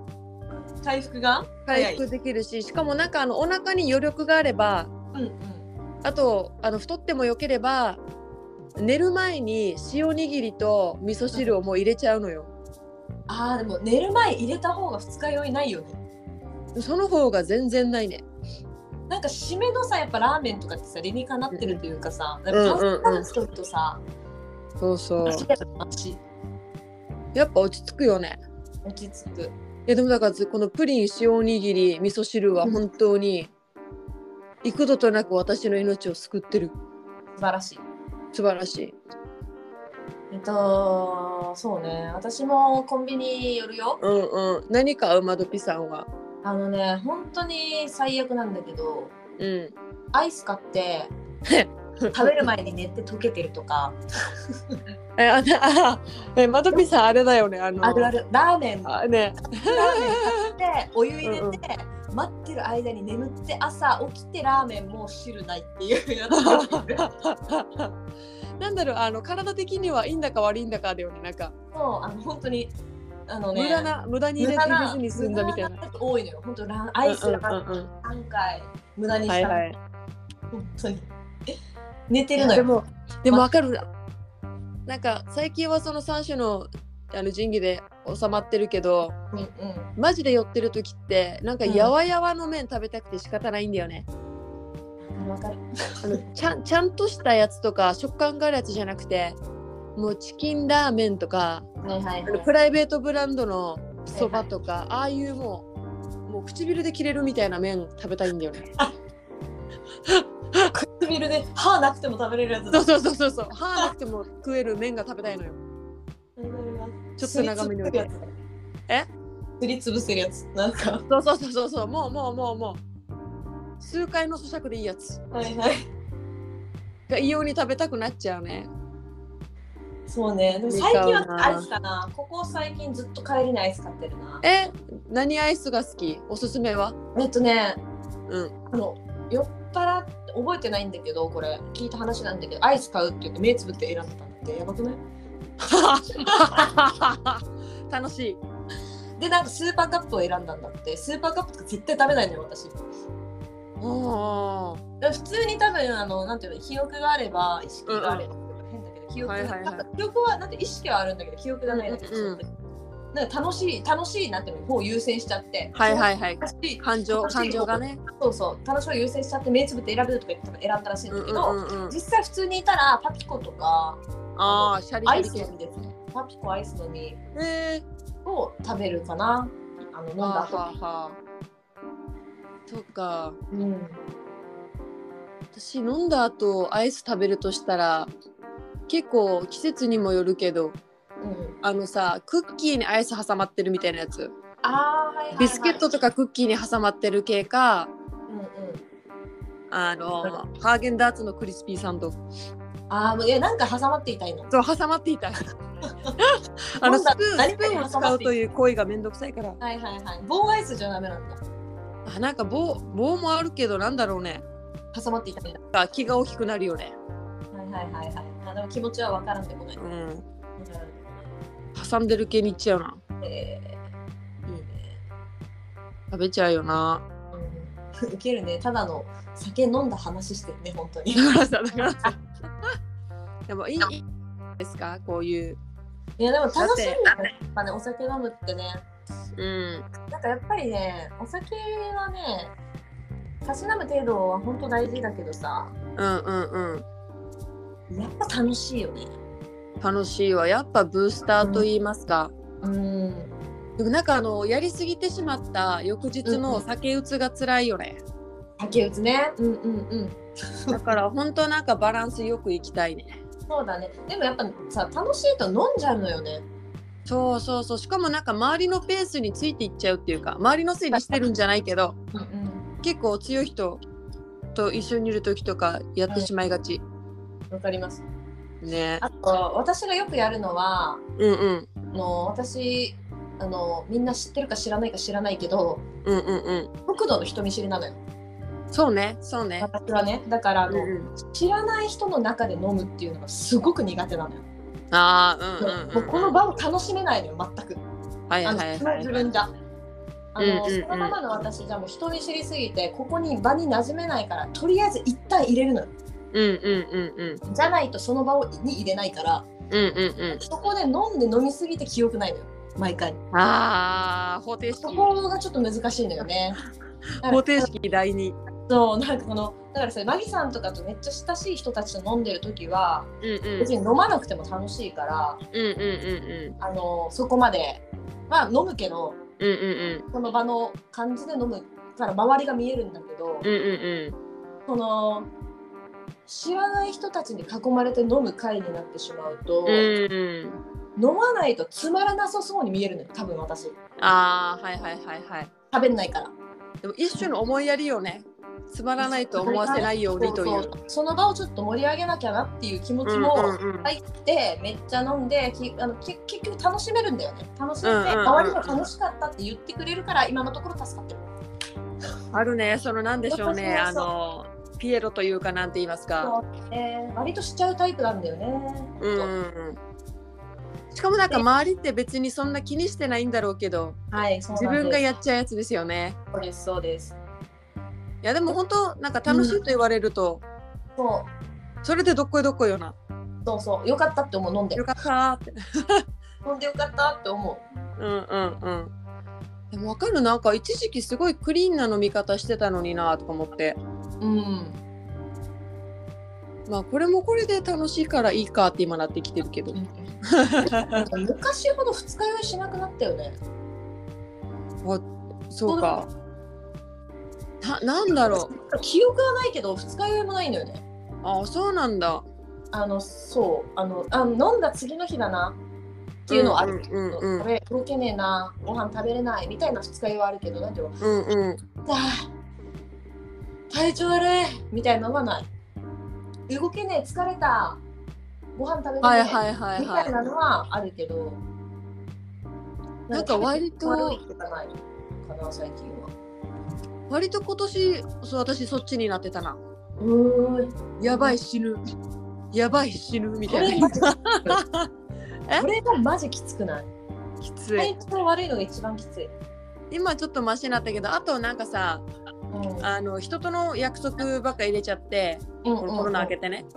S1: 回復が
S2: 回復できるししかもなんかあのお腹に余力があれば
S1: うんうん。
S2: あとあの太ってもよければ寝る前に塩おにぎりと味噌汁をもう入れちゃうのよ。
S1: ああ、でも寝る前入れた方が二日酔いないよね。
S2: その方が全然ないね。
S1: なんか締めのさ、やっぱラーメンとかってさ、理にかなってるというかさ、なん
S2: うん
S1: か炭水化
S2: うんうん
S1: 物取るとさ、
S2: そうそう。
S1: 足
S2: やっぱ落ち着くよね。
S1: 落ち着く。
S2: いやでもだからこのプリン塩おにぎり味噌汁は本当に幾度となく私の命を救ってる
S1: 素晴らしい。
S2: 素晴らしい。
S1: えっと、そうね、私もコンビニ寄るよ。
S2: うんうん。何かうまどぴさんは。
S1: あのね、本当に最悪なんだけど、
S2: うん。
S1: アイス買って、食べる前に寝て溶けてるとか、
S2: えああえまどぴさんあれだよねあの。
S1: あるある、ラーメン
S2: あね。
S1: ラーメン買ってお湯入れて、待ってる間に眠って朝起きてラーメンもう汁ないっていうやつ
S2: なんだろうあの体的にはいいんだか悪いんだかだよねなんか、
S1: そうあの本当にあのね
S2: 無駄な無駄に入れて入れずに済んだみたい
S1: 無
S2: な。
S1: 駄やつ多いのよ本当ラアイスが
S2: うんうんうん
S1: 3回無駄
S2: う
S1: にし
S2: んは
S1: た、
S2: いはい。
S1: 本当に寝て
S2: い
S1: る
S2: や
S1: の
S2: で
S1: よ
S2: もでもわかるななんか最近はその3種のあの神器で収まってるけど
S1: うんうん
S2: マジで寄ってる時ってなんか
S1: うん
S2: やわやわの麺食べたくて仕方ないんだよね、
S1: わかる
S2: あのちゃんちゃんとしたやつとか食感があるやつじゃなくてもうチキンラーメンとか
S1: はいはい
S2: あ
S1: はい
S2: のプライベートブランドのそばとか、ああいうもうもう唇で切れるみたいな麺食べたいんだよね
S1: 唇で歯なくても食べれるやつ
S2: そ
S1: だ
S2: うそうそうそうそう歯なくても食える麺が食べたいのよちょっと長めに置いてえ
S1: すりつぶせるやつなんか
S2: そうそうそうそうそうもうもうもうもう数回の咀嚼でいいやつ
S1: はいはい
S2: が異様に食べたくなっちゃうね。
S1: そうね。でも
S2: いい
S1: 最近
S2: かも
S1: は
S2: な
S1: アイスかな。ここ最近ずっと帰りにアイス買ってるな。
S2: え、何アイスが好きおすすめは
S1: えっとね、
S2: うん
S1: あの酔っ払って覚えてないんだけど、これ聞いた話なんだけど、アイス買うって言って目つぶって選んでたのってやばくない？
S2: 楽しい。
S1: でなんかスーパーカップを選んだんだって、スーパーカップとか絶対食べないのよ私。
S2: おー
S1: だから普通に多分あのなんていうの記憶があれば意識があれば、変だけど記憶、
S2: はいはいはい
S1: なんか記憶はなんて意識はあるんだけど記憶がないだけど、
S2: うんうん
S1: なんか楽しい楽しいなっていうの方を優先しちゃって、
S2: はいはいはい。
S1: 楽しい
S2: 感情、感情がね。
S1: そうそう楽しいを優先しちゃって目つぶって選ぶとか言って多分選んだらしいん
S2: う
S1: だ
S2: ん
S1: け
S2: う
S1: ど、
S2: んうんうん。
S1: 実際普通にいたらパピコとか
S2: ああ、シャリシ
S1: ア
S2: ャ
S1: イ
S2: リ
S1: ス
S2: 系
S1: の。実ですねパピコアイスの実
S2: え
S1: を食べるかなあの飲ん
S2: ー、は
S1: だ
S2: あ
S1: 後、
S2: はあはあ。そっか。
S1: うん、
S2: 私飲んだ後アイス食べるとしたら結構季節にもよるけど
S1: うん、
S2: あのさクッキーにアイス挟まってるみたいなやつ
S1: あーはいはい、はい、
S2: ビスケットとかクッキーに挟まってる系か
S1: うんうん
S2: あのハーゲンダーツのクリスピーサンド
S1: ああもういやなんか挟まっていたいの
S2: そう挟まってい たあの
S1: 飲ん
S2: ス
S1: だ
S2: プーン
S1: 何
S2: ス
S1: か
S2: プ
S1: に
S2: ー
S1: 挟
S2: ンを
S1: ま
S2: 使
S1: っ
S2: う
S1: ていた
S2: という行為がめんどくさいから
S1: はいはいはい棒アイスじゃダメなんだ
S2: あなんか棒棒もあるけどなんだろうね
S1: 挟まっていたいんだ
S2: なんか気が大きくなるよね
S1: はいはいはいはいあでも気持ちはわからんでもない、う
S2: うん
S1: ん
S2: 挟んでる系にいっちゃうな
S1: えー、いいね
S2: 食べちゃうよな
S1: うん ウケるねただの酒飲んだ話してるね本当に
S2: だからさだから さでもいいいいですかこういう
S1: いやでも楽しいよ
S2: だっ
S1: ねやっぱねお酒飲むってね
S2: うん
S1: なんかやっぱりねお酒はねたしなむ程度は本当大事だけどさ
S2: うんうんうん
S1: やっぱ楽しいよね
S2: 楽しいわやっぱブースターと言いますか、
S1: うん
S2: でもなんかあのやりすぎてしまった翌日の酒うつが辛いよね、
S1: 竹内ねうんうんうん
S2: だから本当なんかバランスよくいきたいね
S1: そうだねでもやっぱさ楽しいと飲んじゃうのよね
S2: そうそうそうしかもなんか周りのペースについていっちゃうっていうか周りのせいにしてるんじゃないけど
S1: うんうん
S2: 結構強い人と一緒にいる時とかやってしまいがち、
S1: わかります
S2: ね
S1: あと私がよくやるのは
S2: うんうん
S1: あの私あのみんな知ってるか知らないか知らないけど
S2: うんうんうん
S1: 国土の人見知りなのよ
S2: そうねそうね
S1: 私はねだからあ
S2: うん
S1: の、
S2: う
S1: 知らない人の中で飲むっていうのがすごく苦手なのよ、
S2: んああうんうんうん、
S1: もうこの場を楽しめないのよ全く
S2: はいは
S1: あ
S2: い
S1: の
S2: はい
S1: その自分じゃあの、
S2: うんうんうん
S1: そのままの私じゃもう人見知りすぎてここに場に馴染めないからとりあえず一旦入れるのよ
S2: うんうんうんうん
S1: じゃないとその場をに入れないから
S2: うんうんうん
S1: そこで飲んで飲みすぎて記憶ないのよ毎回
S2: ああ方程式
S1: そこがちょっと難しいのよね
S2: 方程式第二
S1: そうなんかこのだからさマギさんとかとめっちゃ親しい人たちと飲んでる時は
S2: うんうん
S1: 別に飲まなくても楽しいから、
S2: うんうん
S1: あのそこまでまあ飲むけど
S2: うんうんうん
S1: その場の感じで飲むから周りが見えるんだけど、
S2: うんうん
S1: その知らない人たちに囲まれて飲む会になってしまうと、
S2: うんうん
S1: 飲まないとつまらなさそうに見えるのよ多分私
S2: ああはいはいはいはい
S1: 食べんないから
S2: でも一種の思いやりよねつまらないと思わせないようにという
S1: そうそうその場をちょっと盛り上げなきゃなっていう気持
S2: う
S1: ち
S2: ん
S1: も、
S2: うんうん
S1: 入ってめっちゃ飲んできあのけ結局楽しめるんだよね楽しんで、
S2: うんうんうん
S1: 周りが楽しかったって言ってくれるから今のところ助かってる
S2: あるねそのなんでしょうね
S1: そう
S2: あ
S1: そうそう
S2: のピエロというかなんて言いますか
S1: そう、ね、割としちゃうタイプなんだよね、
S2: うんうんうんしかもなんか周りって別にそんな気にしてないんだろうけど
S1: はいそう
S2: 自
S1: なんです
S2: 分がやっちゃうやつですよね
S1: そうですそうです
S2: いやでも本当なんか楽しいと言われると、
S1: そう
S2: それでどっこいどっこいよな
S1: そうそうよかったって思う飲んで
S2: よかったーって
S1: 飲んでよかったって思う
S2: うんうんうんでもわかるなんか一時期すごいクリーンな飲み方してたのになとか思って
S1: うん、
S2: まあこれもこれで楽しいからいいかって今なってきてる けど
S1: 昔ほど二日酔いしなくなったよね。
S2: そうかななんだろう
S1: 記憶はないけど二日酔いもないのよね。
S2: あそうなんだっ
S1: あのそうあのあ飲んだ次の日だなっていうのはある。
S2: うんうんうん
S1: これ動けねえなご飯食べれないみたいな二日酔いはあるけどなんていうの
S2: うんうん
S1: あー体調悪いみたいなのはない。動けねえ疲れたご飯食べてねえ、
S2: はいはいはい
S1: みたい
S2: は
S1: なのはあるけど
S2: い。なんか割
S1: 悪い
S2: と
S1: ことがないかな最近は
S2: 割と今年そう私そっちになってたな。
S1: うーん
S2: やばい死ぬ。やばい死ぬみたいな。
S1: これがマジきつくない
S2: きつい。
S1: 体調悪いのが一番きつい、
S2: 今ちょっとマシになったけど、あとなんかさ、あの人との約束ばっか入れちゃって、
S1: うん
S2: このコロナ明けてね。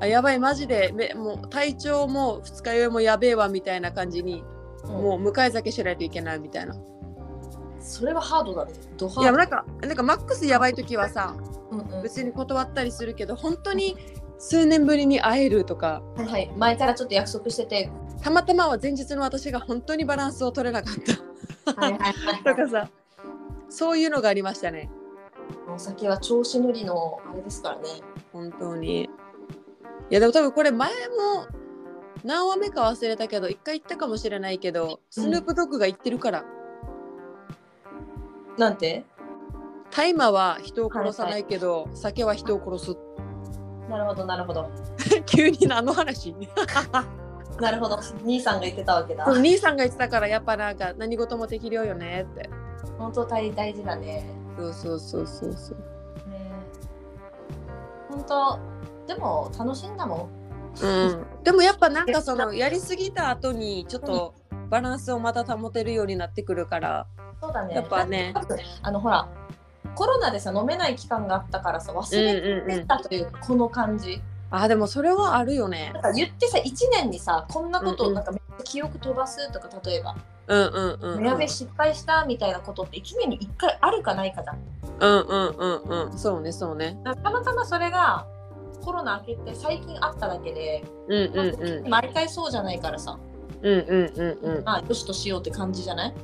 S2: あやばいマジでめもう体調も二日酔いもやべえわみたいな感じにもう向かい酒しないといけないみたいな。
S1: それはハードだねドハ
S2: いや
S1: ード
S2: なんかなんかマックスやばい時はさ
S1: うんうん
S2: 別に断ったりするけど本当に数年ぶりに会えるとか
S1: はいはい、前からちょっと約束してて、
S2: たまたまは前日の私が本当にバランスを取れなかっ
S1: はいはい はい
S2: たとかさそういうのがありましたね
S1: お酒は調子乗りのあれですからね。
S2: 本当にいやでも多分これ前も何話目か忘れたけど一回言ったかもしれないけどスヌープドッグが言ってるから、
S1: なんて
S2: 大麻は人を殺さないけど、酒は人を殺す
S1: なるほどなるほど。
S2: 急に何の 話
S1: なるほど。兄さんが言ってたわけだ
S2: そ。の兄さんが言ってたからやっぱなんか何事も適量よねって
S1: 本当大大事だね。
S2: そうそうそうそうそう
S1: ね本当でも楽しいんだも
S2: うんでもやっぱなんかそ のやりすぎた後にちょっとバランスをまた保てるようになってくるから
S1: ん。そうだね。
S2: やっぱね
S1: 多分あのほらコロナでさ飲めない期間があったからさ忘れ
S2: うん
S1: てたというかこの感じ。
S2: あでもそれはあるよね
S1: なんか言ってさ一年にさこんなことを
S2: うんうん
S1: なんかめっちゃ記憶飛ばすとか例えば。
S2: うんうんうんうん
S1: やべ失敗したみたいなことって1年に1回あるかないかじゃん
S2: うんうんうんうんそうねそうね
S1: だからたまたまそれがコロナ明けて最近あっただけで、
S2: うんうんうん
S1: 毎回そうじゃないからさ、
S2: うんうんうん
S1: まあよしとしようって感じじゃない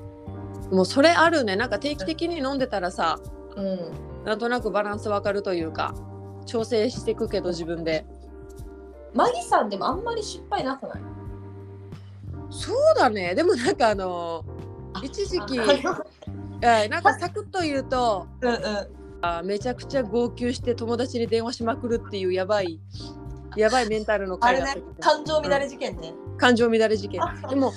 S2: うんもうそれあるねなんか定期的に飲んでたらさ
S1: うん
S2: なんとなくバランスわかるというか調整していくけど自分で
S1: マギさんでもあんまり失敗なくない
S2: そうだねでもなんかあの
S1: あ
S2: 一時期
S1: あ
S2: えーなんかサクッと言うと
S1: うんうん
S2: あーめちゃくちゃ号泣して友達に電話しまくるっていうやばいやばいメンタルの
S1: あ
S2: 回
S1: れ
S2: だった
S1: ね
S2: けど
S1: 感情乱れ事件ね、
S2: 感情乱れ事件
S1: あ
S2: でも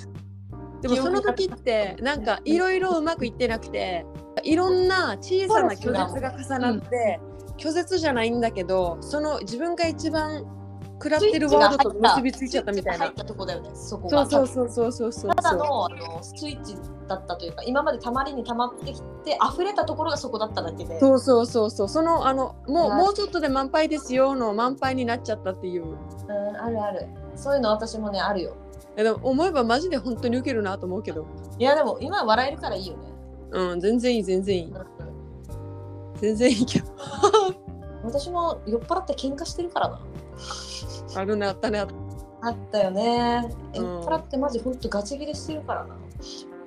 S2: でもその時ってなんかいろいろうまくいってなくていろんな小さな拒絶が重なって、拒絶じゃないんだけどその自分が一番食らってるワードと結びついちゃったみたい
S1: スイ
S2: な
S1: ッチが入ったとこだよねそこ
S2: そ
S1: が
S2: うそうそうそうそうそう
S1: ただのあのスイッチだったというか今までたまりにたまってきて溢れたところがそこだっただけで
S2: そうそうそうそうそのあのもう
S1: はい
S2: もうちょっとで満杯ですよの満杯になっちゃったっていう
S1: うんあるあるそういうの私もねあるよ
S2: えでも思えばマジで本当にウケるなと思うけど
S1: いやでも今笑えるからいいよね。
S2: うん全然いい全然いい全然いいけど
S1: 私も酔っ払って喧嘩してるからな。
S2: あるねあったねあった
S1: あったよね。
S2: う
S1: 酔
S2: ん
S1: っ払ってマジほんとガチ切れしてるからな。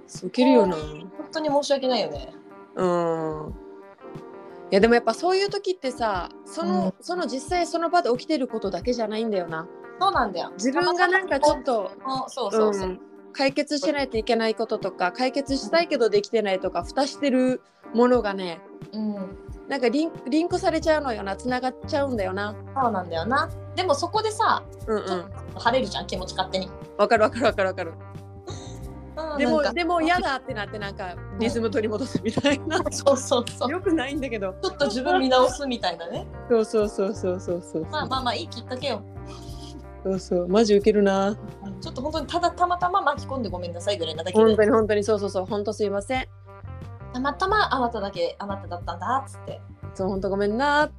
S2: そうウケるよな
S1: 本当に申し訳ないよね。
S2: うんいやでもやっぱそういう時ってさその、
S1: う
S2: その実際その場で起きてることだけじゃないんだよな
S1: そうなんだよ。
S2: 自分がなんかちょっと
S1: あそうそうそうう。
S2: ん解決しないといけないこととか解決したいけどできてないとか蓋してるものがね
S1: うん。
S2: なんかリンリンクされちゃうのよなつながっちゃうんだよな
S1: そうなんだよな。でもそこでさ、
S2: うんう
S1: ちょ
S2: ん
S1: っと晴れるじゃん、気持ち勝手に。
S2: わかるわかるわかるわかる
S1: うん
S2: でも
S1: なんか
S2: でも嫌だってなってなんかリズム取り戻すみたいな
S1: そうそうそう。
S2: よくないんだけど
S1: ちょっと自分見直すみたいなね。
S2: そうそうそうそうそうそう
S1: まあまあまあいいきっかけよ。
S2: そうそうマジウケるな
S1: うんちょっと本当にただたまたま巻き込んでごめんなさいぐらいなだけ
S2: 本当
S1: で。
S2: に本当にそうそうそう本当すいません
S1: たまたまあなただけあなただったんだっつって。
S2: そう本当ごめんな
S1: ね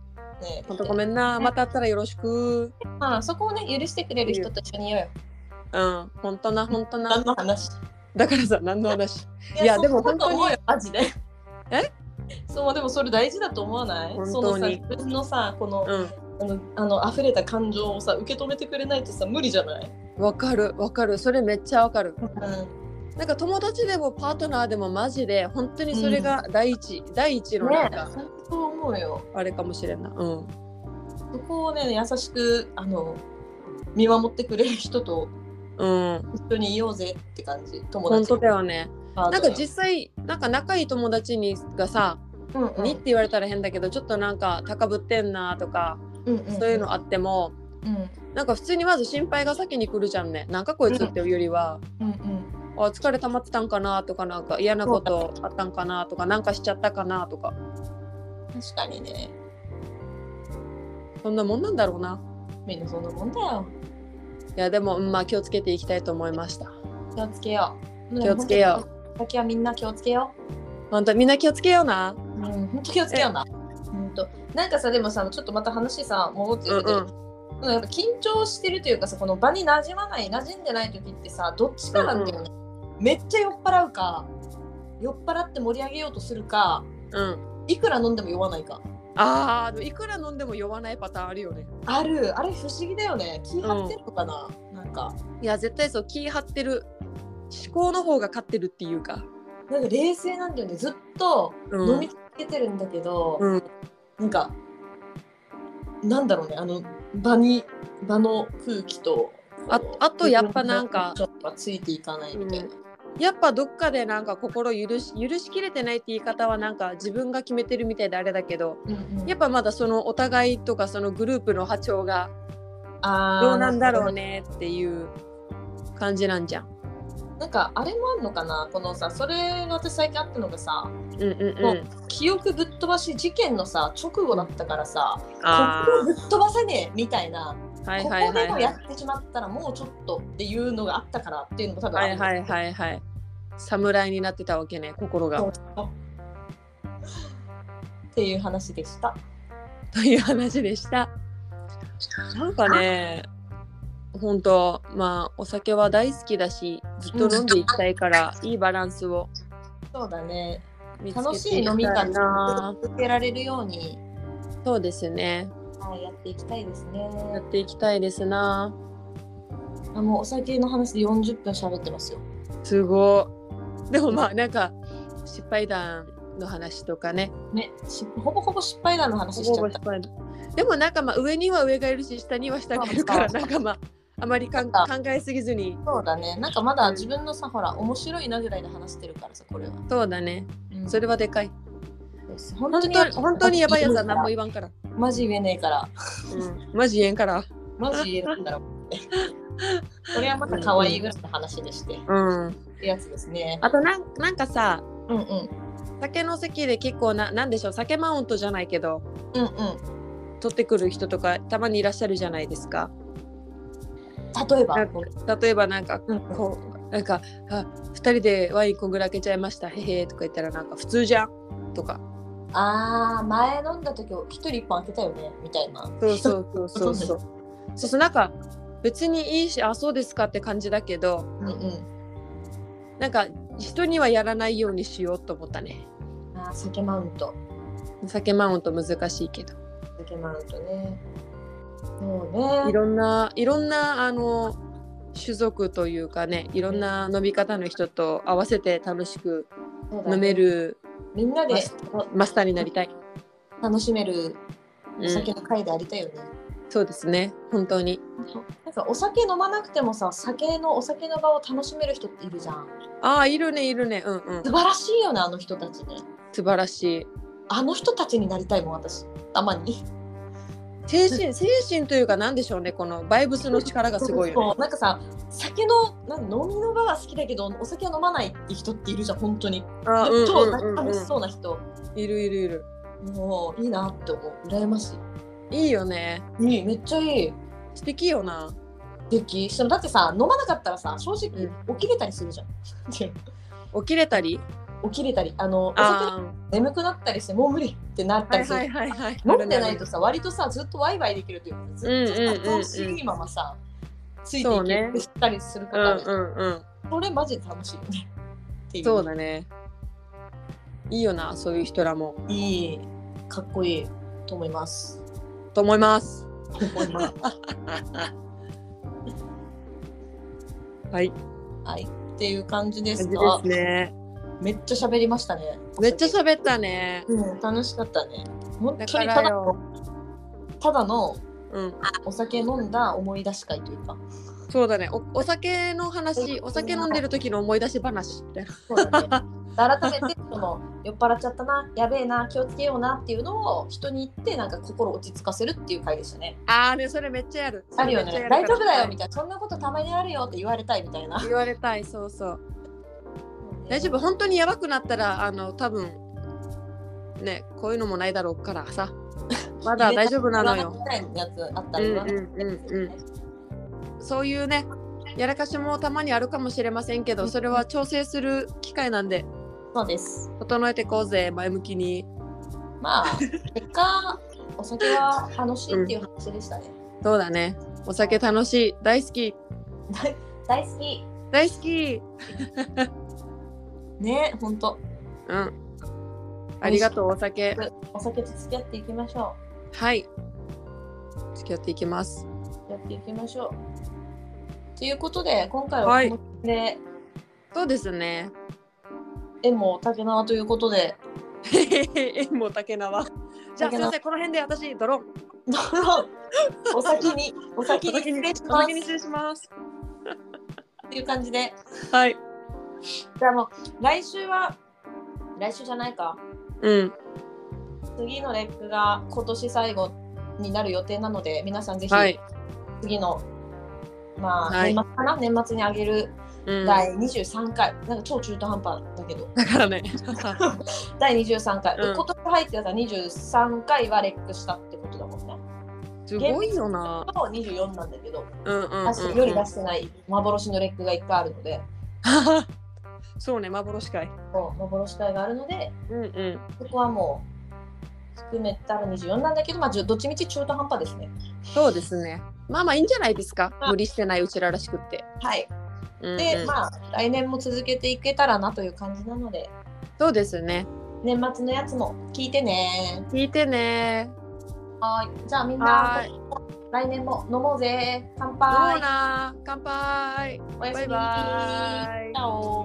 S2: 本当ごめんなまた会ったらよろしく
S1: まあそこをね許してくれる人と一緒にいようよ。
S2: うん本当な本当な
S1: 何の話。
S2: だからさ何の話いやでも
S1: そうだと思う
S2: 本
S1: よマジで。
S2: え？
S1: そうでもそれ大事だと思わない？
S2: 本
S1: そ
S2: 当
S1: のさ
S2: に
S1: 自分のさこの
S2: う
S1: あのあの溢れた感情をさ受け止めてくれないとさ無理じゃない？
S2: んわかるわかるそれめっちゃわかる
S1: う
S2: なんか友達でもパートナーでもマジで本当にそれが第一、第一のなんか
S1: そう思うよ。
S2: あれかもしれんなうん
S1: そこをね優しくあの見守ってくれる人と
S2: うん
S1: 一緒にいようぜって感じ。友
S2: 本
S1: 達
S2: 当だよね
S1: な
S2: なんか実際なんか仲いい友達にがさ「
S1: うんう
S2: に」って言われたら変だけどちょっとなんか高ぶってんなとか
S1: うんうん
S2: そういうのあっても
S1: うん
S2: なんか普通にまず心配が先に来るじゃんねなんかこいつっていうよりは、
S1: うんうん
S2: あ疲れ溜まってたんかなとかなんか嫌なことあったんかなとかなんかしちゃったかなとか
S1: 確かにね
S2: そんなもんなんだろうな
S1: みんなそんなもんだよ
S2: いやでもうんまあ気をつけていきたいと思いました
S1: 気をつけよう
S2: 気をつけよ
S1: う先はみんな気をつけよ
S2: 本当みんな気をつけような
S1: ううん本当気をつけようなうんとなんかさでもさちょっとまた話さ戻って
S2: うん
S1: るけ
S2: う
S1: ど、
S2: ん
S1: うんやっぱ緊張してるというかさこの場に馴染まない馴染んでない時ってさどっちかなんだよね、めっちゃ酔っ払うか酔っ払って盛り上げようとするか
S2: うん
S1: いくら飲んでも酔わないか
S2: ああでもいくら飲んでも酔わないパターンあるよね
S1: あるあれ不思議だよね気張ってんのかな、なんか
S2: いや絶対そう気張ってる思考の方が勝ってるっていうか、
S1: なんか冷静なんだよねずっと
S2: うん、
S1: 飲み続けてるんだけど、
S2: うん
S1: なんかなんだろうねあの場に場の空気と
S2: あ
S1: こう
S2: あとやっぱなんか
S1: ちょっとついていかないみたいな、
S2: やっぱどっかでなんか心許し許しきれてないって言い方はなんか自分が決めてるみたいであれだけど
S1: うんうん
S2: やっぱまだそのお互いとかそのグループの波長が
S1: あー
S2: どうなんだろうねっていう感じなんじゃん。
S1: なんかあれもあんのかなこのさそれが私最近あったのがさ
S2: うんうん
S1: も
S2: う。
S1: うん記憶ぶっ飛ばし事件のさ直後だったからさ
S2: あ
S1: ここをぶっ飛ばせねえみたいな、
S2: あはいはい
S1: ここ
S2: は
S1: で
S2: い
S1: も
S2: は
S1: や
S2: い。
S1: ってしまったらもうちょっとっていうのがあったからっていうのも多分あ
S2: は
S1: る
S2: い
S1: んだ
S2: はいはいはい。侍になってたわけね心が
S1: そう。そうっていう話でした。
S2: という話でした。なんかね本当まあお酒は大好きだしずっと飲んでいきたいから、いいバランスを
S1: そうだね。
S2: 見つけ
S1: 楽
S2: て
S1: しい
S2: いきた
S1: 飲み
S2: い
S1: 会
S2: な
S1: 続けられるように、
S2: そうですね。
S1: はい、やっていきたいです
S2: や
S1: ね。
S2: っていきたいですな。
S1: あもうお酒の話で40分喋ってますよ。
S2: すごい。でもまあなんか失敗談の話とかね。
S1: ね、しほぼほぼ失敗談の話しちゃった。
S2: でもなんかまあ上には上がいるし下には下がいるから
S1: そうそ
S2: なんかまああまりかん考
S1: なん
S2: えすぎずに。
S1: そうだね。なんかまだ自分のさ、ほら、面白いなぐらいで話してるからさ、これは。
S2: そうだね。
S1: うん
S2: それはでかい。
S1: 本
S2: 本当本当にやばいやつは何も
S1: 言
S2: 言わんから。
S1: う。マジ言えねえから。
S2: うん、マジ言えんから。
S1: マジ言えないんだ ろう。これはまた可愛いぐらいの話でして。
S2: うん。
S1: ってやつですね。
S2: あとなんなんかさ
S1: うんうん。
S2: 酒の席で結構ななんでしょう酒マウントじゃないけど
S1: うんうん。
S2: 取ってくる人とかたまにいらっしゃるじゃないですか。
S1: 例えば、
S2: なんか例えばなんか
S1: うん
S2: こうなんか「あ2人でワインこんぐらけちゃいましたへへ」とか言ったらなんか「普通じゃん」とか
S1: ああ、前飲んだ時一人一本開けたよねみたいな。
S2: そうそうそうそうそ
S1: そう
S2: そうそうなんか別にいいしあそうですかって感じだけど
S1: うんうん。
S2: なんか人にはやらないようにしようと思ったね
S1: あー酒マウント。
S2: 酒マウント難しいけど
S1: 酒マウントね。もう
S2: い
S1: ね。
S2: ろんないろんなあの種族というかねいろんな飲み方の人と合わせて楽しく
S1: そうだね
S2: 飲め。る
S1: みんなで
S2: マスマスターになりたい、
S1: 楽しめるお
S2: うん
S1: 酒の会でありたいよね。
S2: そうですね本当に
S1: なんかお酒飲まなくてもさ、酒のお酒の場を楽しめる人っているじゃん。
S2: ああいるねいるねうんうん
S1: 素晴らしいよね、あの人たちね。
S2: 素晴らしい
S1: あの人たちになりたいもん、私。たまに。
S2: 精神精神というかなんでしょうねこのバイブスの力がすごいよね
S1: そうなんかさ、酒のなん飲みの場は好きだけど、お酒は飲まないって人っているじゃん、本当に。
S2: あうん
S1: 超
S2: うんうん
S1: 楽し
S2: う
S1: そうな人、
S2: んいるいるいる
S1: もういいなって思う羨まし
S2: いいよね
S1: いいいめっちゃいい
S2: 素敵よな
S1: 素敵そのだってさ飲まなかったらさ正直起きれたりするじゃん、
S2: 起きれたり
S1: 起きれたりあのお酒で
S2: あ
S1: 眠くなったりしてもう無理ってなっ
S2: あ
S1: た
S2: は
S1: り
S2: い
S1: する、
S2: はいはいはい
S1: 飲んでないとさ割とさずっとワイワイできるというかず
S2: うんうんうんうん
S1: っと楽しいままさついて
S2: そう
S1: い
S2: ね
S1: けてしたりするこ
S2: う
S1: とあ
S2: ん
S1: る
S2: うんうん
S1: それマジで楽しいよねっていう
S2: そうだねいいよなそういう人らも
S1: いいかっこいいと思います
S2: と思います
S1: 思い ます
S2: はい
S1: はいっていう感じで
S2: 感
S1: す
S2: じ
S1: か
S2: ですね
S1: めっちゃ喋りましたね。
S2: めっちゃ喋ったね
S1: うん、楽しかったね。本当
S2: だ
S1: に
S2: か
S1: ただ
S2: らよ
S1: ただの
S2: うん
S1: お酒飲んだ思い出し会という か。
S2: そうだねおお酒の話お酒飲んでる時の思い出し話みたいな
S1: そうだね。改めてその酔っ払っちゃったなやべえな気をつけようなっていうのを人に言ってなんか心落ち着かせるっていう回でしたね。
S2: ああねそれめっちゃやる
S1: あるよ
S2: それめ
S1: ね
S2: っちゃ
S1: 大
S2: やる
S1: 丈
S2: から
S1: 夫だよみたいなそんなことたまにあるよって言われたいみたいな。
S2: 言われたいそうそう大丈夫本当にやばくなったらあの多分ねこういうのもないだろうからさ まだ大丈夫なのよ
S1: 言わないみたいなやつあった
S2: う
S1: ら
S2: んう
S1: 言
S2: ん
S1: わない
S2: うんうんそういうねやらかしもたまにあるかもしれませんけどそれは調整する機会なんで
S1: そうです。
S2: 整えてこうぜ前向きに
S1: まあ結果お酒は楽しいっていう話でしたね。
S2: そうだねお酒楽しい大好き
S1: 大好き。
S2: 大好き
S1: ね本当
S2: うんありがとうお酒
S1: お酒と付き合っていきましょ
S2: はい付き合っていきます
S1: う。やっていきましょう。ということで今回
S2: は
S1: はいこの辺で
S2: そうですね
S1: 縁も竹縄ということで。
S2: 縁も竹縄じゃあすいませんこの辺で私ドローン
S1: お先に、お先に
S2: お先
S1: 失
S2: に
S1: 礼し
S2: お
S1: ます
S2: 先に失礼します
S1: っていう感じで、
S2: はい
S1: じゃあもう来週は、来週じゃないか、
S2: うん
S1: 次のレックが今年最後になる予定なので、皆さんぜひ
S2: はい、
S1: 次の、まあ、
S2: はい
S1: 年末かな、年末にあげる
S2: うん、だ
S1: 第23回、なんか超中途半端だけ ど、
S2: からね
S1: 第23回、
S2: うん
S1: 今年入ってたら23回はレックしたってことだもんね。
S2: すごいよな
S1: と24なんだけど、
S2: うんうんうん、
S1: 確かに世に出してない幻のレックが1回あるので、
S2: そうね幻会
S1: そう幻会があるので、
S2: うんうん
S1: そこはもう含めたら24なんだけど、まあ、じゅどっちみち中途半端ですね。
S2: そうですねまあまあいいんじゃないですか無理してないうちららしくって、
S1: はい、
S2: うんうん
S1: で、まあ来年も続けていけたらなという感じなので
S2: そうですね
S1: 年末のやつも聞いてね。
S2: 聞いてね
S1: はいじゃあみん
S2: は
S1: な
S2: ーい
S1: 来年も飲もうぜ乾
S2: どう
S1: 杯
S2: な乾杯
S1: おやすみ
S2: バイバイ
S1: チャオ